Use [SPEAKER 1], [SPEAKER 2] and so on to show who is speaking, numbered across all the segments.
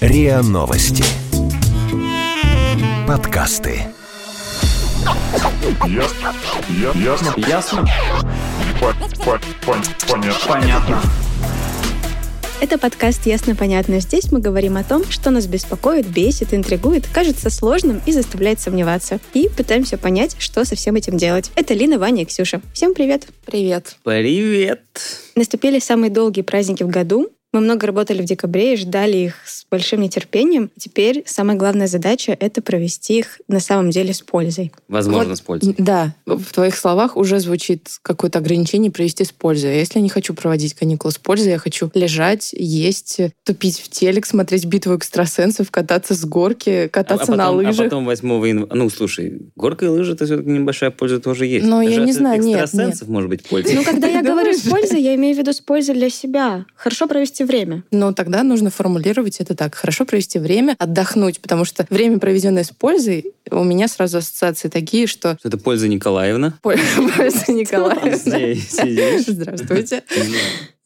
[SPEAKER 1] РИА Новости. Подкасты.
[SPEAKER 2] Ясно. Я- Ясно.
[SPEAKER 3] Ясно?
[SPEAKER 2] По- по- пон- Понятно.
[SPEAKER 3] Понятно.
[SPEAKER 4] Это подкаст «Ясно-понятно». Здесь мы говорим о том, что нас беспокоит, бесит, интригует, кажется сложным и заставляет сомневаться. И пытаемся понять, что со всем этим делать. Это Лина, Ваня и Ксюша. Всем привет!
[SPEAKER 5] Привет.
[SPEAKER 3] Привет.
[SPEAKER 4] Наступили самые долгие праздники в году. Мы много работали в декабре и ждали их с большим нетерпением. Теперь самая главная задача — это провести их на самом деле с пользой.
[SPEAKER 3] Возможно,
[SPEAKER 5] Вот,
[SPEAKER 3] с пользой.
[SPEAKER 5] Да, в твоих словах уже звучит какое-то ограничение провести с пользой. А Если я не хочу проводить каникулы с пользой, я хочу лежать, есть, тупить в телек, смотреть битву экстрасенсов, кататься с горки,
[SPEAKER 3] А- а
[SPEAKER 5] кататься
[SPEAKER 3] потом-
[SPEAKER 5] на
[SPEAKER 3] А
[SPEAKER 5] лыжах.
[SPEAKER 3] потом 8 января... Ну, слушай, горка и лыжи, это все-таки небольшая польза тоже есть.
[SPEAKER 5] Но
[SPEAKER 3] Даже
[SPEAKER 5] я не
[SPEAKER 3] от
[SPEAKER 5] знаю, нет,
[SPEAKER 3] экстрасенсов, может быть, польза.
[SPEAKER 4] Ну, когда я
[SPEAKER 5] Ты
[SPEAKER 4] говорю
[SPEAKER 5] думаешь?
[SPEAKER 4] «с пользой», я имею в виду «с пользой для себя». Хорошо провести время.
[SPEAKER 5] Но тогда нужно формулировать это так. Хорошо провести время, отдохнуть, потому что время, проведенное с пользой, у меня сразу ассоциации такие, что
[SPEAKER 3] Что это польза Николаевна.
[SPEAKER 5] польза Николаевна.
[SPEAKER 3] Здесь сидишь.
[SPEAKER 5] Здравствуйте.
[SPEAKER 3] Да.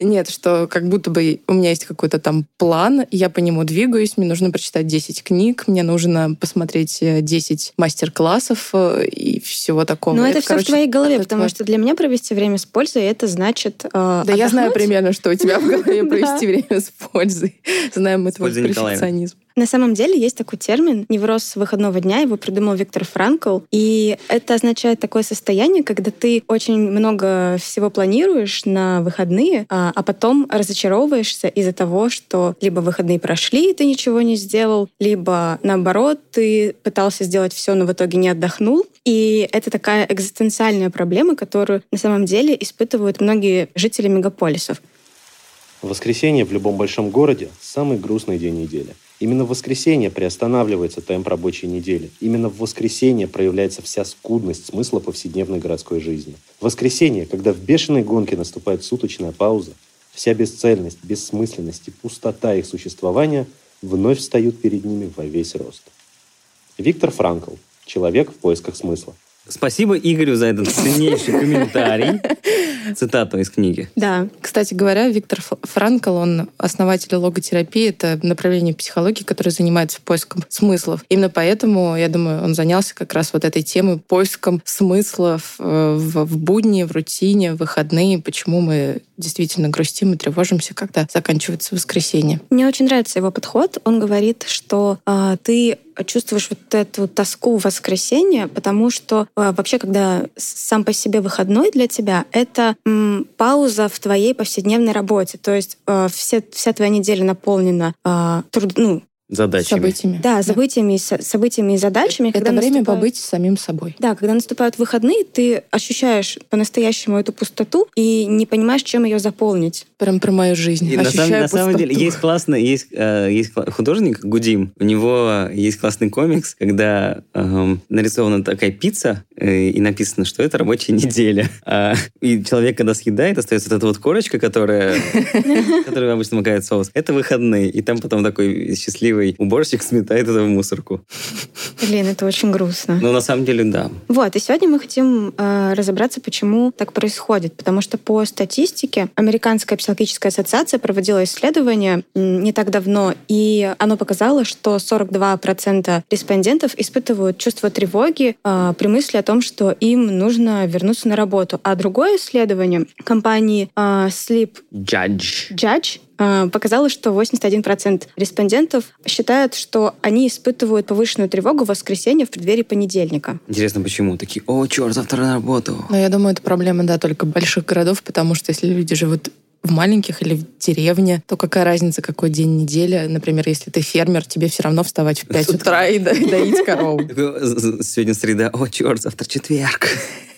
[SPEAKER 5] Нет, что как будто бы у меня есть какой-то там план, я по нему двигаюсь, мне нужно прочитать 10 книг, мне нужно посмотреть э, 10 мастер-классов э, и всего такого.
[SPEAKER 4] Но
[SPEAKER 5] И,
[SPEAKER 4] Ну, это все в
[SPEAKER 5] короче,
[SPEAKER 4] твоей голове,
[SPEAKER 5] это
[SPEAKER 4] потому
[SPEAKER 5] твой-
[SPEAKER 4] что для меня провести время с пользой — это значит э,
[SPEAKER 5] Да я знаю
[SPEAKER 4] отдохнуть.
[SPEAKER 5] примерно, что у тебя в голове
[SPEAKER 4] Да.
[SPEAKER 5] провести время с пользой. Знаем мы твой
[SPEAKER 3] пользой Николаевны.
[SPEAKER 5] перфекционизм.
[SPEAKER 4] На самом деле есть такой термин «невроз выходного дня», его придумал Виктор Франкл, и это означает такое состояние, когда ты очень много всего планируешь на выходные, а, а потом разочаровываешься из-за того, что либо выходные прошли, и ты ничего не сделал, либо наоборот, ты пытался сделать все, но в итоге не отдохнул. И это такая экзистенциальная проблема, которую на самом деле испытывают многие жители мегаполисов.
[SPEAKER 6] Воскресенье в любом большом городе – самый грустный день недели. Именно в воскресенье приостанавливается темп рабочей недели. Именно в воскресенье проявляется вся скудность смысла повседневной городской жизни. В воскресенье, когда в бешеной гонке наступает суточная пауза, вся бесцельность, бессмысленность и пустота их существования вновь встают перед ними во весь рост. Виктор Франкл. Человек в поисках смысла.
[SPEAKER 3] Спасибо Игорю за этот ценнейший комментарий. Цитату из книги.
[SPEAKER 4] Да,
[SPEAKER 5] Кстати говоря, Виктор Ф- Франкл, он основатель логотерапии, это направление психологии, которое занимается поиском смыслов. Именно поэтому, я думаю, он занялся как раз вот этой темой, поиском смыслов э, в, в будни, в рутине, в выходные, почему мы действительно грустим и тревожимся, когда заканчивается воскресенье.
[SPEAKER 4] Мне очень нравится его подход. Он говорит, что а, ты чувствуешь вот эту тоску в воскресенье, потому что а, вообще, когда с- сам по себе выходной для тебя, это м, пауза в твоей повседневной работе. То есть а, все, вся твоя неделя наполнена а, труд- ну,
[SPEAKER 5] С
[SPEAKER 3] Задачами.
[SPEAKER 5] событиями.
[SPEAKER 4] да, событиями, и со- событиями и задачами.
[SPEAKER 5] Это
[SPEAKER 4] Когда
[SPEAKER 5] время
[SPEAKER 4] наступает-
[SPEAKER 5] побыть с самим собой.
[SPEAKER 4] Да, когда наступают выходные, ты ощущаешь по-настоящему эту пустоту и не понимаешь, чем ее заполнить.
[SPEAKER 5] Прям про мою жизнь.
[SPEAKER 3] И на самом,
[SPEAKER 5] Ощущаю
[SPEAKER 3] на самом деле
[SPEAKER 5] пустоту.
[SPEAKER 3] есть классный есть, э, есть кла- художник Гудим. У него есть классный комикс, когда эм, нарисована такая пицца э, и написано, что это рабочая неделя. А, и человек, когда съедает, остается вот эта вот корочка, которая, которая обычно макает соус. Это выходные. И там потом такой счастливый уборщик сметает это в мусорку.
[SPEAKER 4] Блин, это очень грустно.
[SPEAKER 3] Но на самом деле, да.
[SPEAKER 4] Вот, и сегодня мы хотим э, разобраться, почему так происходит. Потому что по статистике Американская психологическая ассоциация проводила исследование м, не так давно, и оно показало, что 42% респондентов испытывают чувство тревоги э, при мысли о том, что им нужно вернуться на работу. А другое исследование компании э, Sleep
[SPEAKER 3] Judge.
[SPEAKER 4] Judge э, показала, что 81% респондентов считают, что они испытывают повышенную тревогу в воскресенье в преддверии понедельника.
[SPEAKER 3] Интересно, почему? Такие, о, черт, завтра на работу.
[SPEAKER 5] Но я думаю, это проблема, да, только больших городов, потому что если люди живут в маленьких или в деревне, то какая разница, какой день недели? Например, если ты фермер, тебе все равно вставать в 5 утра и до- и доить корову.
[SPEAKER 3] Такой, «О, з- з- Сегодня среда, о, черт, завтра четверг.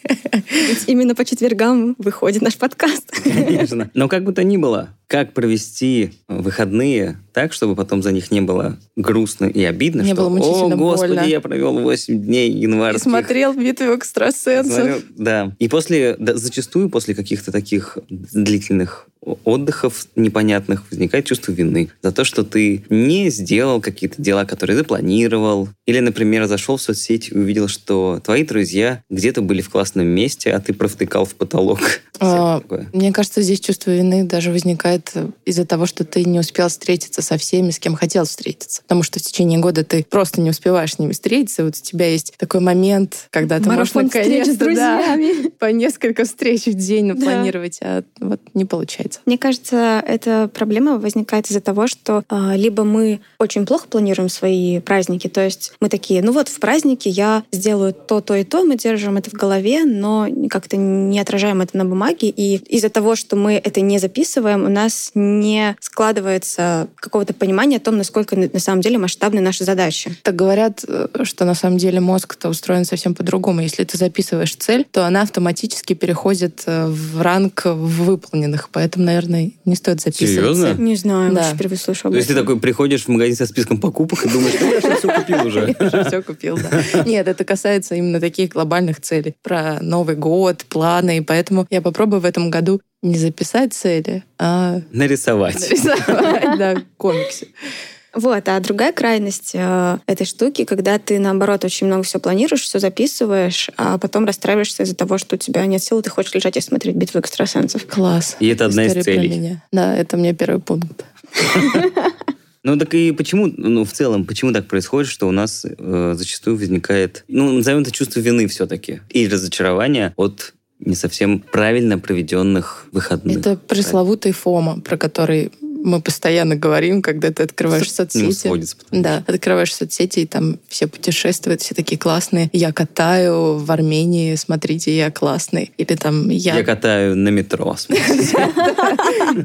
[SPEAKER 4] Ведь именно по четвергам выходит наш подкаст.
[SPEAKER 3] Конечно. Но как бы то ни было, как провести выходные так, чтобы потом за них не было грустно и обидно,
[SPEAKER 5] Не
[SPEAKER 3] что
[SPEAKER 5] было мучительно
[SPEAKER 3] «О, господи,
[SPEAKER 5] больно».
[SPEAKER 3] я провел 8 дней
[SPEAKER 5] И
[SPEAKER 3] январских».
[SPEAKER 5] смотрел битву экстрасенсов.
[SPEAKER 3] Смотрел, Да. И после, да, зачастую после каких-то таких длительных отдыхов непонятных возникает чувство вины за то, что ты не сделал какие-то дела, которые запланировал. Или, например, зашел в соцсеть и увидел, что твои друзья где-то были в классном месте, а ты провтыкал в потолок.
[SPEAKER 5] А,
[SPEAKER 3] Всякое такое.
[SPEAKER 5] Мне кажется, здесь чувство вины даже возникает э, из-за того, что ты не успел встретиться со всеми, с кем хотел встретиться. Потому что в течение года ты просто не успеваешь с ними встретиться. И Вот у тебя есть такой момент, когда ты
[SPEAKER 4] Марафон
[SPEAKER 5] можешь
[SPEAKER 4] встреч с
[SPEAKER 5] наконец-то, да,
[SPEAKER 4] друзьями.
[SPEAKER 5] по несколько встреч в день
[SPEAKER 4] Да.
[SPEAKER 5] планировать, а вот не получается.
[SPEAKER 4] Мне кажется, эта проблема возникает из-за того, что а, либо мы очень плохо планируем свои праздники, то есть мы такие, ну вот в празднике я сделаю то, то и то, мы держим это в голове, но как-то не отражаем это на бумаге, и из-за того, что мы это не записываем, у нас не складывается какого-то понимания о том, насколько на на самом деле масштабны наши задачи.
[SPEAKER 5] Так говорят, э, что на самом деле мозг-то устроен совсем по-другому. Если ты записываешь цель, то она автоматически переходит э, в ранг выполненных. Поэтому, наверное, не стоит записывать.
[SPEAKER 3] Серьезно?
[SPEAKER 5] цель.
[SPEAKER 4] Не знаю,
[SPEAKER 5] Да.
[SPEAKER 4] я впервые слышу об
[SPEAKER 3] То есть ты
[SPEAKER 4] этом.
[SPEAKER 3] такой приходишь в магазин со списком покупок и думаешь, ну я же все купил уже.
[SPEAKER 5] Я уже все купил, да. Нет, это касается именно таких глобальных целей. Про Новый год, планы. И поэтому я попробую в этом году не записать цели, а
[SPEAKER 3] Нарисовать.
[SPEAKER 5] нарисовать, да, комиксы.
[SPEAKER 4] Вот, а другая крайность э, этой штуки, когда ты, наоборот, очень много все планируешь, все записываешь, а потом расстраиваешься из-за того, что у тебя нет сил, и ты хочешь лежать и смотреть битву экстрасенсов.
[SPEAKER 5] Класс.
[SPEAKER 3] И это одна из
[SPEAKER 5] История про
[SPEAKER 3] целей.
[SPEAKER 5] меня. Да, это мне первый пункт.
[SPEAKER 3] Ну так и почему, ну в целом, почему так происходит, что у нас э, зачастую возникает, ну назовем это чувство вины все-таки и разочарование от не совсем правильно проведенных выходных.
[SPEAKER 5] Это пресловутый ФОМА, про который мы постоянно говорим, когда ты открываешь
[SPEAKER 3] К нему
[SPEAKER 5] соцсети.
[SPEAKER 3] сводится, ну, потому
[SPEAKER 5] Да, открываешь соцсети, и там все путешествуют, все такие классные. Я катаю в Армении, смотрите, я классный. Или там
[SPEAKER 3] что
[SPEAKER 5] я,
[SPEAKER 3] Я катаю на метро. смотрите.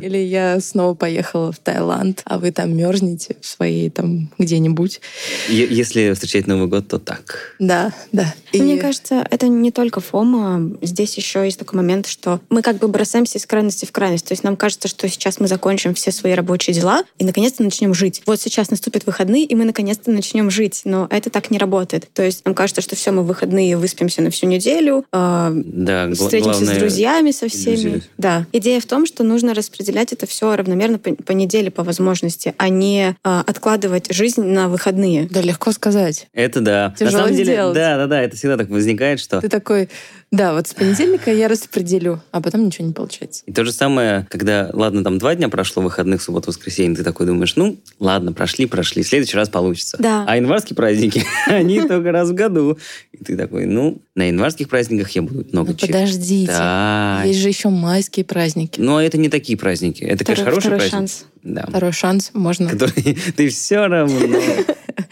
[SPEAKER 5] или я снова поехала в Таиланд, а вы там мерзнете в своей там где-нибудь.
[SPEAKER 3] Е- Если встречать Новый год, то так.
[SPEAKER 5] Да, да. И
[SPEAKER 4] Мне кажется, это не только фома. Здесь еще есть такой момент, что мы как бы бросаемся из крайности в крайность. То есть нам кажется, что сейчас мы закончим все свои рабочие дела и наконец-то начнем жить. Вот сейчас наступят выходные, и мы наконец-то начнем жить. Но это так не работает. То есть нам кажется, что все, мы в выходные выспимся на всю неделю, э,
[SPEAKER 3] Да, гла-
[SPEAKER 4] Встретимся
[SPEAKER 3] главное-
[SPEAKER 4] с друзьями, со всеми.
[SPEAKER 3] иллюзия.
[SPEAKER 4] Да. Идея в том, что нужно распределять это все равномерно по, по неделе по возможности, а не а, откладывать жизнь на выходные.
[SPEAKER 5] Да, легко сказать.
[SPEAKER 3] Это да.
[SPEAKER 5] Тяжело
[SPEAKER 3] на самом деле,
[SPEAKER 5] сделать.
[SPEAKER 3] да, да, да, это всегда так возникает, что
[SPEAKER 5] Ты такой, да, вот с понедельника я распределю, а потом ничего не получается.
[SPEAKER 3] И то же самое, когда, ладно, там два дня прошло, выходных, суббота, воскресенье, ты такой думаешь, ну, ладно, прошли, прошли, в следующий раз получится.
[SPEAKER 4] Да.
[SPEAKER 3] А январские праздники, они только раз в году. И ты такой, ну, на январских праздниках я буду много
[SPEAKER 5] Ну,
[SPEAKER 3] чего.
[SPEAKER 5] подождите.
[SPEAKER 3] Да. Ну,
[SPEAKER 5] Есть же еще майские праздники.
[SPEAKER 3] Но это не такие праздники. Это, конечно,
[SPEAKER 4] Второй-
[SPEAKER 3] хорошие
[SPEAKER 4] второй
[SPEAKER 3] праздники.
[SPEAKER 4] шанс.
[SPEAKER 3] Да.
[SPEAKER 5] Второй шанс можно.
[SPEAKER 3] Которые ты все равно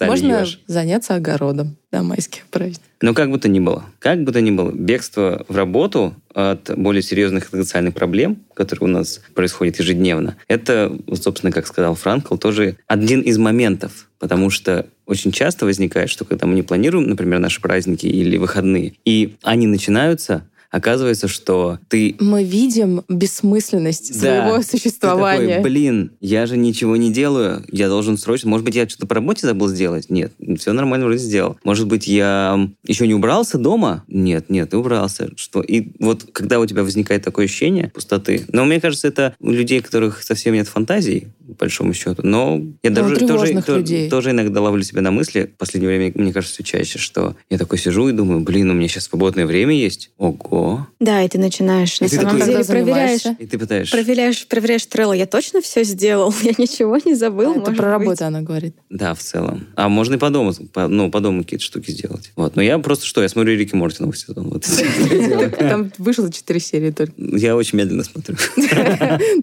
[SPEAKER 5] Можно
[SPEAKER 3] сольешь.
[SPEAKER 5] заняться огородом до майских праздников.
[SPEAKER 3] Но как бы то ни было, как бы то ни было, бегство в работу от более серьезных социальных проблем, которые у нас происходят ежедневно, это, вот, собственно, как сказал Франкл, тоже один из моментов, потому что очень часто возникает, что когда мы не планируем, например, наши праздники или выходные, и они начинаются, оказывается, что ты
[SPEAKER 5] Мы видим бессмысленность
[SPEAKER 3] да.
[SPEAKER 5] своего
[SPEAKER 3] Ты
[SPEAKER 5] существования.
[SPEAKER 3] такой, Блин, я же ничего не делаю. Я должен срочно. Может быть, я что-то по работе забыл сделать? Нет, все нормально вроде сделал. Может быть, я еще не убрался дома? Нет, нет, ты убрался. Что? И вот когда у тебя возникает такое ощущение пустоты. Но мне кажется, это у людей, у которых совсем нет фантазий, по большому счету. Но я
[SPEAKER 5] Да, Ну, у
[SPEAKER 3] даже тоже,
[SPEAKER 5] тревожных
[SPEAKER 3] то-
[SPEAKER 5] людей.
[SPEAKER 3] тоже иногда ловлю себя на мысли. В последнее время, мне кажется, все чаще, что я такой сижу и думаю, блин, у меня сейчас свободное время есть. Ого.
[SPEAKER 4] Да, и ты начинаешь
[SPEAKER 3] И
[SPEAKER 4] на
[SPEAKER 3] ты
[SPEAKER 4] самом
[SPEAKER 3] такой-
[SPEAKER 4] деле
[SPEAKER 5] Когда
[SPEAKER 4] проверяешь,
[SPEAKER 5] занимаешься?
[SPEAKER 3] И ты пытаешься...
[SPEAKER 4] проверяешь, проверяешь трелло. Я точно все сделал, я ничего не забыл.
[SPEAKER 5] Это
[SPEAKER 4] может
[SPEAKER 5] про
[SPEAKER 4] быть.
[SPEAKER 5] работу она говорит.
[SPEAKER 3] Да, в целом. А можно и по дому, по- ну, по дому какие-то штуки сделать. Вот. Но я просто что, я смотрю Рики Морти новый сезон. Вот.
[SPEAKER 5] Там вышло 4 серии только.
[SPEAKER 3] Я очень медленно смотрю.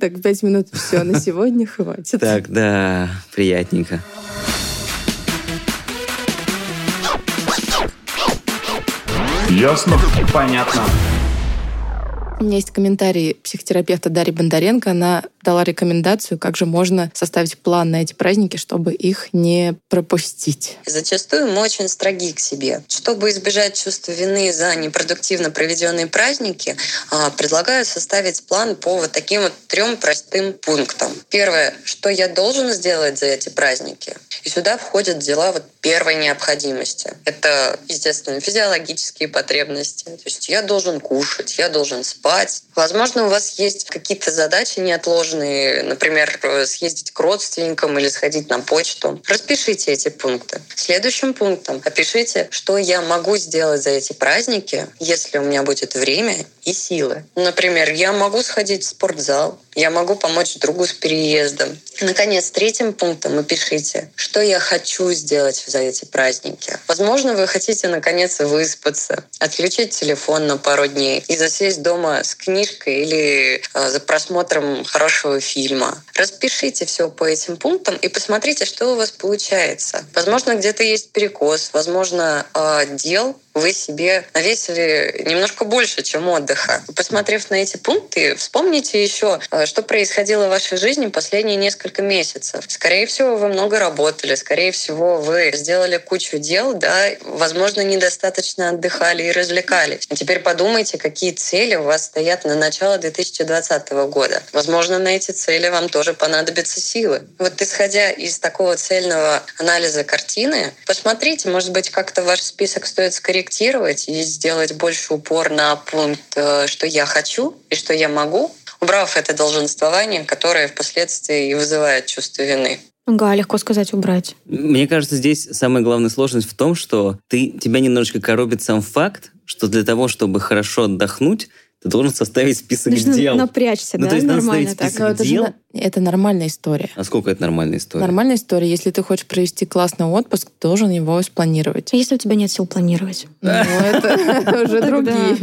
[SPEAKER 5] Так, 5 минут, все, на сегодня хватит.
[SPEAKER 3] Так, да, приятненько.
[SPEAKER 2] Ясно? Понятно.
[SPEAKER 5] У меня есть комментарий психотерапевта Дарьи Бондаренко. Она дала рекомендацию, как же можно составить план на эти праздники, чтобы их не пропустить.
[SPEAKER 1] Зачастую мы очень строги к себе. Чтобы избежать чувства вины за непродуктивно проведенные праздники, а, предлагаю составить план по вот таким вот трем простым пунктам. Первое, что я должен сделать за эти праздники. И сюда входят дела вот первой необходимости. Это, естественно, физиологические потребности. То есть я должен кушать, я должен спать. Возможно, у вас есть какие-то задачи неотложные, например, э, съездить к родственникам или сходить на почту. Распишите эти пункты. Следующим пунктом опишите, что я могу сделать за эти праздники, если у меня будет время и силы. Например, я могу сходить в спортзал, я могу помочь другу с переездом. И, наконец, третьим пунктом опишите, что я хочу сделать за эти праздники. Возможно, вы хотите, наконец, выспаться, отключить телефон на пару дней и засесть дома с книжкой или э, за просмотром хорошего фильма. Распишите все по этим пунктам и посмотрите, что у вас получается. Возможно, где-то есть перекос, возможно, э, дел вы себе навесили немножко больше, чем отдыха. Посмотрев на эти пункты, вспомните еще, что происходило в вашей жизни последние несколько месяцев. Скорее всего, вы много работали, скорее всего, вы сделали кучу дел, да, возможно, недостаточно отдыхали и развлекались. А теперь подумайте, какие цели у вас стоят на начало 2020 года. Возможно, на эти цели вам тоже понадобятся силы. Вот исходя из такого цельного анализа картины, посмотрите, может быть, как-то ваш список стоит скорректировать скорректировать и сделать больше упор на пункт, э, что я хочу и что я могу, убрав это долженствование, которое впоследствии и вызывает чувство вины.
[SPEAKER 4] Ага, легко сказать убрать.
[SPEAKER 3] Мне кажется, здесь самая главная сложность в том, что ты, тебя немножечко коробит сам факт, что для того, чтобы хорошо отдохнуть, ты должен составить список
[SPEAKER 4] Нужно
[SPEAKER 3] дел.
[SPEAKER 4] напрячься, ну, да? То есть Нормально
[SPEAKER 3] надо так. Это, дел. Же,
[SPEAKER 5] это нормальная история.
[SPEAKER 3] А сколько это нормальная история?
[SPEAKER 5] Нормальная история. Если ты хочешь провести классный отпуск, ты должен его спланировать.
[SPEAKER 4] А если у тебя нет сил планировать?
[SPEAKER 5] Ну, это уже другие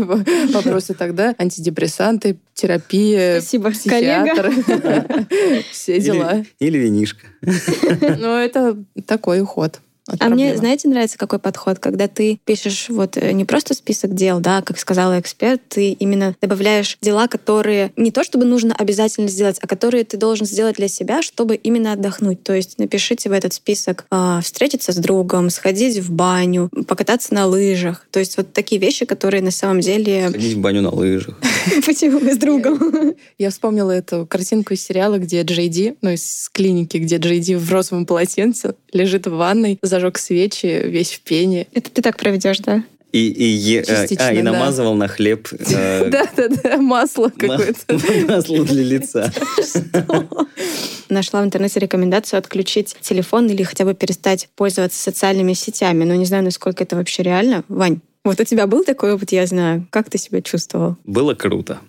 [SPEAKER 5] вопросы тогда. Антидепрессанты, терапия,
[SPEAKER 4] Спасибо,
[SPEAKER 5] Э, психиатр. Все дела.
[SPEAKER 3] Или винишка.
[SPEAKER 5] Ну, это такой уход.
[SPEAKER 4] А проблема. мне, знаете, нравится какой подход, когда ты пишешь вот э, не просто список дел, да, как сказала эксперт, ты именно добавляешь дела, которые не то чтобы нужно обязательно сделать, а которые ты должен сделать для себя, чтобы именно отдохнуть. То есть напишите в этот список э, встретиться с другом, сходить в баню, покататься на лыжах. То есть вот такие вещи, которые на самом деле...
[SPEAKER 3] Сходить в баню на лыжах.
[SPEAKER 4] Почему с другом?
[SPEAKER 5] Я вспомнила эту картинку из сериала, где Джей Ди, ну, из клиники, где Джей Ди в розовом полотенце лежит в ванной, зажег свечи, весь в пене.
[SPEAKER 4] Это ты так проведешь, да?
[SPEAKER 3] И, и, е, Частично, а, и намазывал да. на хлеб. э,
[SPEAKER 5] Да-да-да, масло какое-то.
[SPEAKER 3] Масло для лица.
[SPEAKER 4] Нашла в интернете рекомендацию отключить телефон или хотя бы перестать пользоваться социальными сетями. Но не знаю, насколько это вообще реально. Вань, вот у тебя был такой опыт, я знаю. Как ты себя чувствовал?
[SPEAKER 3] Было круто.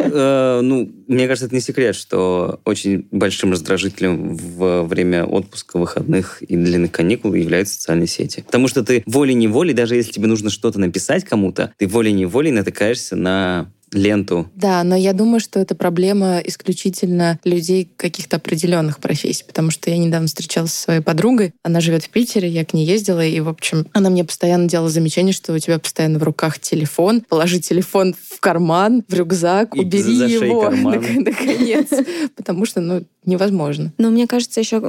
[SPEAKER 3] Ну, мне кажется, это не секрет, что очень большим раздражителем во время отпуска, выходных и длинных каникул являются социальные сети. Потому что ты волей-неволей, даже если тебе нужно что-то написать кому-то, ты волей-неволей натыкаешься на ленту.
[SPEAKER 5] Да, но я думаю, что это проблема исключительно людей каких-то определенных профессий, потому что я недавно встречалась со своей подругой, она живет в Питере, я к ней ездила, и, в общем, она мне постоянно делала замечание, что у тебя постоянно в руках телефон, положи телефон в карман, в рюкзак, и убери за его, наконец, потому что, ну, невозможно.
[SPEAKER 4] Но мне кажется, еще,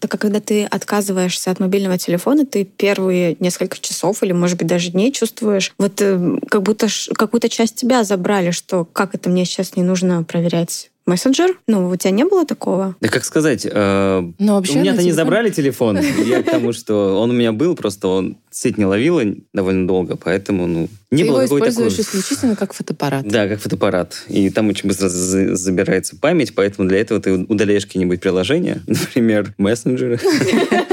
[SPEAKER 4] так как когда ты отказываешься от мобильного телефона, ты первые несколько часов или, может быть, даже дней чувствуешь, вот э, как будто какую-то часть тебя забрали, что как это мне сейчас не нужно проверять мессенджер? Ну, у тебя не было такого?
[SPEAKER 3] Да как сказать, э, ну, вообще у меня-то телефон... не забрали телефон. Я к тому, что он у меня был, просто он сеть не ловила довольно долго, поэтому, ну, не
[SPEAKER 5] Ты
[SPEAKER 3] было
[SPEAKER 5] его используешь такой... исключительно как фотоаппарат.
[SPEAKER 3] Да, как фотоаппарат. И там очень быстро забирается память, поэтому для этого ты удаляешь какие-нибудь приложения, например, мессенджеры.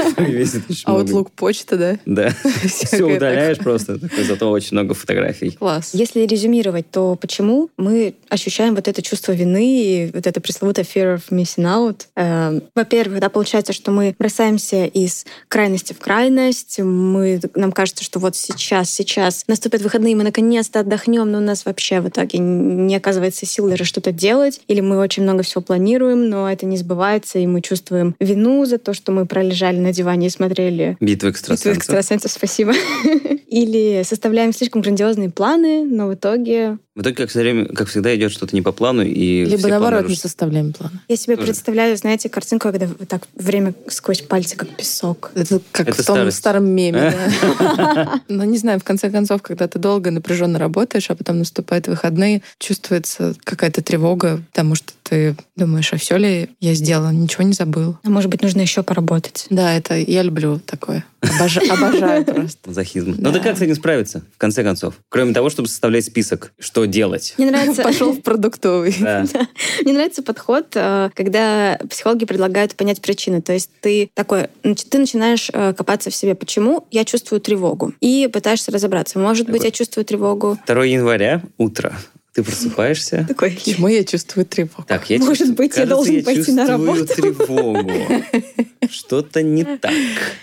[SPEAKER 5] Outlook А почта, да?
[SPEAKER 3] Да. Все удаляешь просто, зато очень много фотографий.
[SPEAKER 5] Класс.
[SPEAKER 4] Если резюмировать, то почему мы ощущаем вот это чувство вины и вот это пресловутое fear of missing Э, out. Во-первых, да, получается, что мы бросаемся из крайности в крайность, мы нам кажется, что вот сейчас, сейчас наступят выходные, мы наконец-то отдохнем, но у нас вообще в итоге не оказывается сил даже что-то делать, или мы очень много всего планируем, но это не сбывается, и мы чувствуем вину за то, что мы пролежали на диване и смотрели
[SPEAKER 3] «Битву экстрасенсов».
[SPEAKER 4] «Битву экстрасенсов», спасибо. Или составляем слишком грандиозные планы, но в итоге
[SPEAKER 3] в итоге, как, все время, как всегда, идет что-то не по плану. И
[SPEAKER 5] Либо наоборот, планы... не составляем планы.
[SPEAKER 4] Я себе Тоже. представляю, знаете, картинку, когда так время сквозь пальцы, как песок.
[SPEAKER 5] Это как Это в том старость. Э? старом меме. Но не знаю, в конце концов, когда ты долго напряженно работаешь, а потом наступают выходные, чувствуется какая-то тревога, потому что ты думаешь, а все ли я сделала, ничего не забыл.
[SPEAKER 4] А может быть, нужно еще поработать.
[SPEAKER 5] Да, это я люблю такое. Обожа... Обожаю просто.
[SPEAKER 3] Мазохизм. Да. Ну да как с этим справиться, в конце концов? Кроме того, чтобы составлять список, что делать.
[SPEAKER 4] Мне нравится...
[SPEAKER 5] Пошел в продуктовый. Да.
[SPEAKER 4] Да. Мне нравится подход, э, когда психологи предлагают понять причины. То есть ты такой, ты начинаешь э, копаться в себе. Почему я чувствую тревогу? И пытаешься разобраться. Может такой. быть, я чувствую тревогу.
[SPEAKER 3] 2 января, утро. Ты просыпаешься.
[SPEAKER 5] Такой, почему я чувствую тревогу?
[SPEAKER 3] Так, я
[SPEAKER 4] Может
[SPEAKER 3] чувствую,
[SPEAKER 4] быть,
[SPEAKER 3] кажется,
[SPEAKER 4] я должен
[SPEAKER 3] я
[SPEAKER 4] пойти
[SPEAKER 3] чувствую
[SPEAKER 4] на работу.
[SPEAKER 3] тревогу. Что-то не так.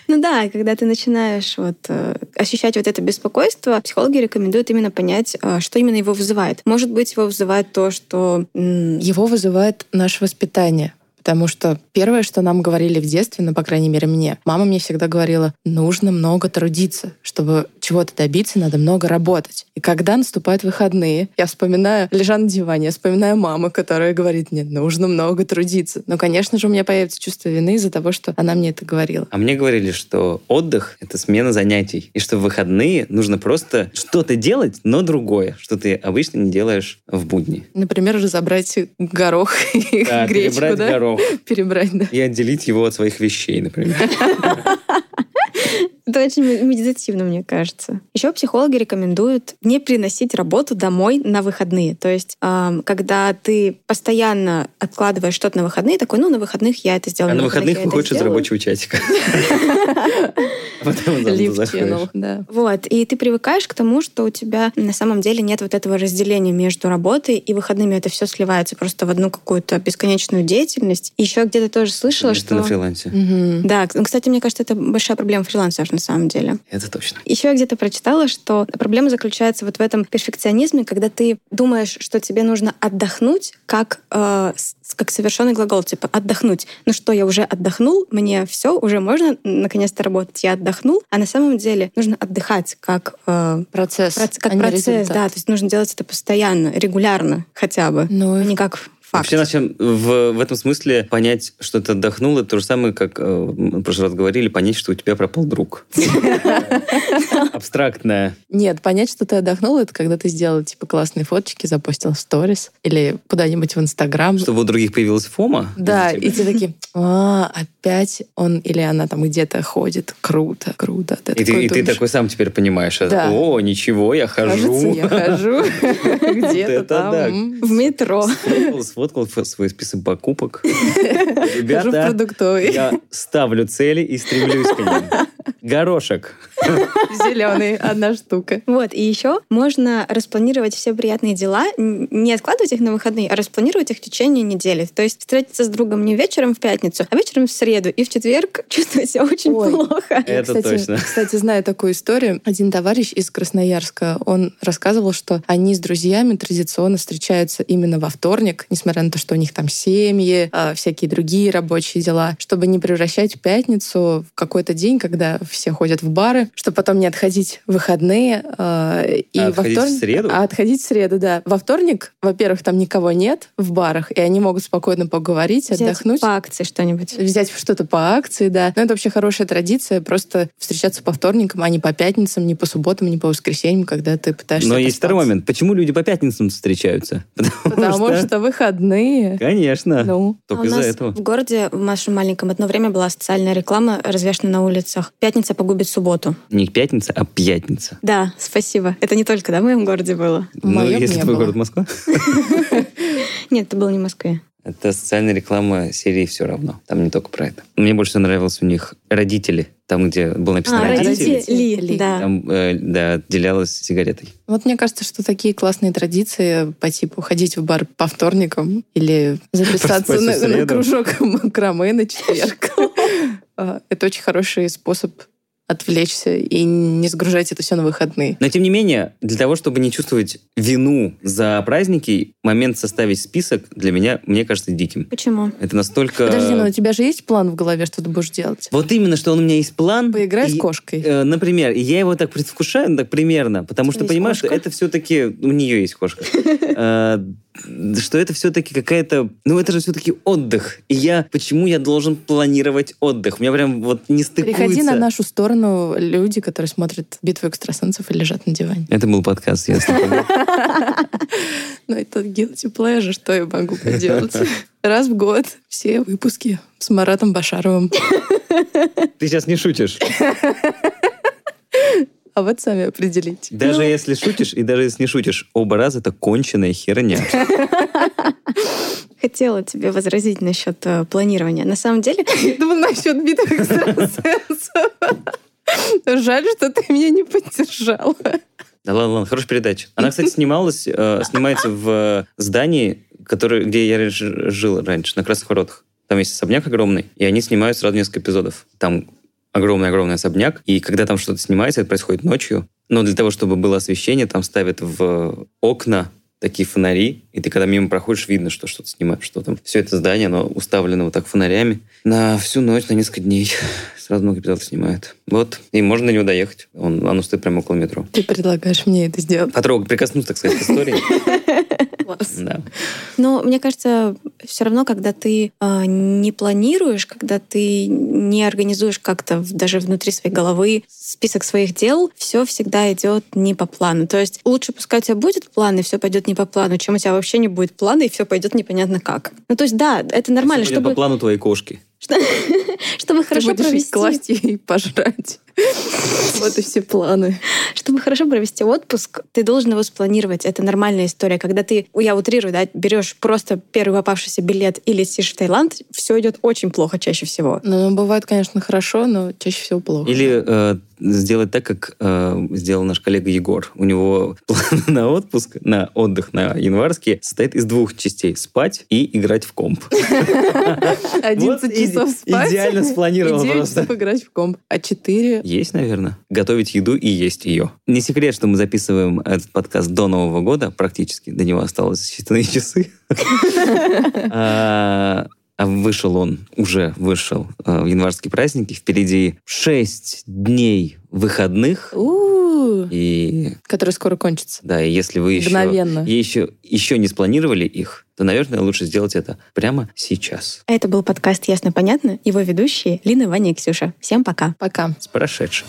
[SPEAKER 4] Ну да, когда ты начинаешь вот э, ощущать вот это беспокойство, психологи рекомендуют именно понять, э, что именно его вызывает. Может быть, его вызывает то, что...
[SPEAKER 5] Его вызывает наше воспитание. Потому что первое, что нам говорили в детстве, ну, по крайней мере, мне, мама мне всегда говорила, нужно много трудиться. Чтобы чего-то добиться, надо много работать. И когда наступают выходные, я вспоминаю, лежа на диване, я вспоминаю маму, которая говорит мне, нужно много трудиться. Но, конечно же, у меня появится чувство вины из-за того, что она мне это говорила.
[SPEAKER 3] А мне говорили, что отдых — это смена занятий. И что в выходные нужно просто что-то делать, но другое, что ты обычно не делаешь в будни.
[SPEAKER 5] Например, разобрать горох и
[SPEAKER 3] да,
[SPEAKER 5] гречку, да?
[SPEAKER 3] Горох
[SPEAKER 5] перебрать, да.
[SPEAKER 3] И отделить его от своих вещей, например.
[SPEAKER 4] Это очень медитативно, мне кажется. Еще психологи рекомендуют не приносить работу домой на выходные. То есть, эм, когда ты постоянно откладываешь что-то на выходные, такой, ну, на выходных я это сделаю.
[SPEAKER 3] А на выходных выходишь из рабочего чатика. Ну,
[SPEAKER 4] Вот. И ты привыкаешь к тому, что у тебя на самом деле нет вот этого разделения между работой и выходными. Это все сливается просто в одну какую-то бесконечную деятельность. Еще где-то тоже слышала, что...
[SPEAKER 3] на фрилансе.
[SPEAKER 4] Да. ну, Кстати, мне кажется, это большая проблема фрилансеров на самом деле.
[SPEAKER 3] Это точно.
[SPEAKER 4] Еще я где-то прочитала, что проблема заключается вот в этом перфекционизме, когда ты думаешь, что тебе нужно отдохнуть, как, э, как совершенный глагол, типа отдохнуть. Ну что, я уже отдохнул, мне все, уже можно наконец-то работать, я отдохнул. А на самом деле нужно отдыхать как э,
[SPEAKER 5] процесс.
[SPEAKER 4] Проц, как а процесс, результат. да. То есть нужно делать это постоянно, регулярно хотя бы. Ну, не как
[SPEAKER 3] Факт. Вообще, начнем в, в этом смысле понять, что ты отдохнул, это то же самое, как э, мы в прошлый раз говорили, понять, что у тебя пропал друг. Абстрактное.
[SPEAKER 5] Нет, понять, что ты отдохнул, это когда ты сделал, типа, классные фоточки, запостил в сторис или куда-нибудь в Инстаграм.
[SPEAKER 3] Чтобы у других появилась фома.
[SPEAKER 5] Да, и ты такие, а, опять он или она там где-то ходит. Круто, круто.
[SPEAKER 3] И ты такой сам теперь понимаешь. э, О, ничего, я хожу.
[SPEAKER 5] я хожу. Где-то там.
[SPEAKER 4] В метро
[SPEAKER 3] сфоткал свой список покупок.
[SPEAKER 5] Ребята,
[SPEAKER 3] я ставлю цели и стремлюсь к ним. Горошек.
[SPEAKER 5] Зеленый, одна штука.
[SPEAKER 4] Вот, и еще можно распланировать все приятные дела, не откладывать их на выходные, а распланировать их в течение недели. То есть встретиться с другом не вечером в пятницу, а вечером в среду. И в четверг чувствовать себя очень Ой, плохо.
[SPEAKER 3] Это
[SPEAKER 5] я, кстати,
[SPEAKER 3] точно.
[SPEAKER 5] Кстати, знаю такую историю. Один товарищ из Красноярска, он рассказывал, что они с друзьями традиционно встречаются именно во вторник, несмотря на то, что у них там семьи, а, всякие другие рабочие дела, чтобы не превращать пятницу в какой-то день, когда все ходят в бары, чтобы потом не отходить в выходные.
[SPEAKER 3] Э, и а во отходить вторник, в среду?
[SPEAKER 5] А отходить в среду, да. Во вторник, во-первых, там никого нет в барах, и они могут спокойно поговорить,
[SPEAKER 4] взять
[SPEAKER 5] отдохнуть.
[SPEAKER 4] по акции что-нибудь.
[SPEAKER 3] Э,
[SPEAKER 5] Взять что-то по акции, да. Но это вообще хорошая традиция, просто встречаться по вторникам, а не по пятницам, не по субботам, не по воскресеньям, когда ты пытаешься...
[SPEAKER 3] Но есть второй момент. Почему люди по пятницам встречаются?
[SPEAKER 5] Потому, Потому что... что выходные.
[SPEAKER 3] Конечно. Ну. Только а из-за этого.
[SPEAKER 4] в городе, в нашем маленьком, одно время была социальная реклама, развешена на улицах. Пятница погубит субботу.
[SPEAKER 3] Не пятница, а пятница.
[SPEAKER 4] Да, спасибо. Это не только, да, в моем городе было? В
[SPEAKER 3] ну,
[SPEAKER 4] моем
[SPEAKER 3] если твой было. город Москва.
[SPEAKER 4] Нет, это было не в Москве.
[SPEAKER 3] Это социальная реклама серии «Все равно». Там не только про это. Мне больше нравилось у них «Родители». Там, где было написано
[SPEAKER 4] а,
[SPEAKER 3] «Родители».
[SPEAKER 4] родители. Да.
[SPEAKER 3] Там, э, да, отделялась сигаретой.
[SPEAKER 5] Вот мне кажется, что такие классные традиции по типу ходить в бар по вторникам или записаться на, на кружок макраме на четверг. Это очень А, хороший способ отвлечься и не сгружать это все на выходные.
[SPEAKER 3] Но тем не менее, для того, чтобы не чувствовать вину за праздники, момент составить список для меня, мне кажется, диким.
[SPEAKER 4] Почему?
[SPEAKER 3] Это настолько...
[SPEAKER 5] Подожди, ну, но у тебя же есть план в голове, что ты будешь делать?
[SPEAKER 3] Вот именно, что он у меня есть план.
[SPEAKER 5] Поиграй с кошкой.
[SPEAKER 3] э, например, и я его так предвкушаю, ну, так примерно, потому
[SPEAKER 4] тебя
[SPEAKER 3] что
[SPEAKER 4] есть
[SPEAKER 3] понимаю, что
[SPEAKER 4] кошка?
[SPEAKER 3] это все-таки... У нее есть кошка. Э, что это все-таки какая-то... Ну, это же все-таки отдых. И я... Почему я должен планировать отдых? У меня прям вот не стыкуется.
[SPEAKER 5] Приходи на нашу сторону люди, которые смотрят битву экстрасенсов и лежат на диване.
[SPEAKER 3] Это был подкаст, ясно.
[SPEAKER 5] Но это guilty pleasure, что я могу поделать. Раз в год все выпуски с Маратом Башаровым.
[SPEAKER 3] Ты сейчас не шутишь.
[SPEAKER 5] А вот сами определите.
[SPEAKER 3] Даже если шутишь, и даже если не шутишь, оба раза это конченая херня.
[SPEAKER 4] Хотела тебе возразить насчет э, планирования. На самом деле,
[SPEAKER 5] Я думала Ну, насчет битвы экстрасенсов. Жаль, что ты меня не поддержала.
[SPEAKER 3] Да ладно, ладно, хорошая передача. Она, кстати, снималась, э, снимается в здании, которое, где я раньше жил раньше, на Красных Воротах. Там есть особняк огромный, и они снимают сразу несколько эпизодов. Там огромный-огромный особняк, и когда там что-то снимается, это происходит ночью. Но для того, чтобы было освещение, там ставят в окна такие фонари, и ты, когда мимо проходишь, видно, что что-то снимают, что там. Все это здание, оно уставлено вот так фонарями. На всю ночь, на несколько дней. Сразу много эпизодов снимают. Вот. И можно на него доехать. Он, оно стоит прямо около метро
[SPEAKER 5] Ты предлагаешь мне это сделать.
[SPEAKER 3] потрогать, прикоснуться, так сказать, к истории. Да.
[SPEAKER 4] Но мне кажется, все равно, когда ты э, не планируешь, когда ты не организуешь как-то в- даже внутри своей головы список своих дел, все всегда идет не по плану. То есть лучше пускай у тебя будет план, и все пойдет не по плану, чем у тебя вообще не будет плана, и все пойдет непонятно как. Ну, то есть, да, это нормально,
[SPEAKER 3] Если пойдет
[SPEAKER 4] чтобы,
[SPEAKER 3] по плану твоей кошки.
[SPEAKER 4] чтобы хорошо
[SPEAKER 5] ты будешь
[SPEAKER 4] провести.
[SPEAKER 5] класть и пожрать. Вот и все планы.
[SPEAKER 4] Чтобы хорошо провести отпуск, ты должен его спланировать. Это нормальная история. Когда ты, я утрирую, да, берешь просто первый попавшийся билет и летишь в Таиланд, все идет очень плохо чаще всего.
[SPEAKER 5] Ну, бывает, конечно, хорошо, но чаще всего плохо.
[SPEAKER 3] Или э, сделать так, как э, сделал наш коллега Егор. У него план на отпуск, на отдых на январский состоит из двух частей. Спать и играть в комп.
[SPEAKER 5] 11
[SPEAKER 3] Вот
[SPEAKER 5] часов
[SPEAKER 3] иде-
[SPEAKER 5] спать.
[SPEAKER 3] идеально спланировал
[SPEAKER 5] и 9
[SPEAKER 3] просто.
[SPEAKER 5] часов играть в комп. А 4
[SPEAKER 3] Есть, наверное. Готовить еду и есть ее. Не секрет, что мы записываем этот подкаст до Нового года, практически. До него осталось считанные часы. А а вышел он, уже вышел а, в январские праздники. Впереди 6 дней выходных.
[SPEAKER 5] У,
[SPEAKER 3] И
[SPEAKER 5] который скоро кончится.
[SPEAKER 3] да, и если вы еще,
[SPEAKER 5] Мгновенно.
[SPEAKER 3] еще, еще не спланировали их, то, наверное, лучше сделать это прямо сейчас.
[SPEAKER 4] Это был подкаст «Ясно, понятно». Его ведущие Лина, Ваня и Ксюша. Всем пока.
[SPEAKER 5] Пока.
[SPEAKER 3] С прошедшим.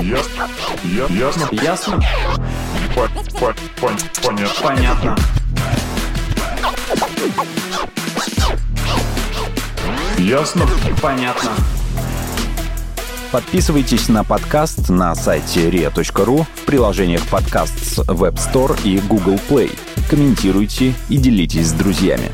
[SPEAKER 2] Ясно. Я- Ясно.
[SPEAKER 7] Ясно?
[SPEAKER 2] По- по- по- Понятно.
[SPEAKER 7] Понятно.
[SPEAKER 2] Ясно.
[SPEAKER 7] Понятно.
[SPEAKER 8] Подписывайтесь на подкаст на сайте ria.ru, в приложениях подкаст с Web Store и Google Play. Комментируйте и делитесь с друзьями.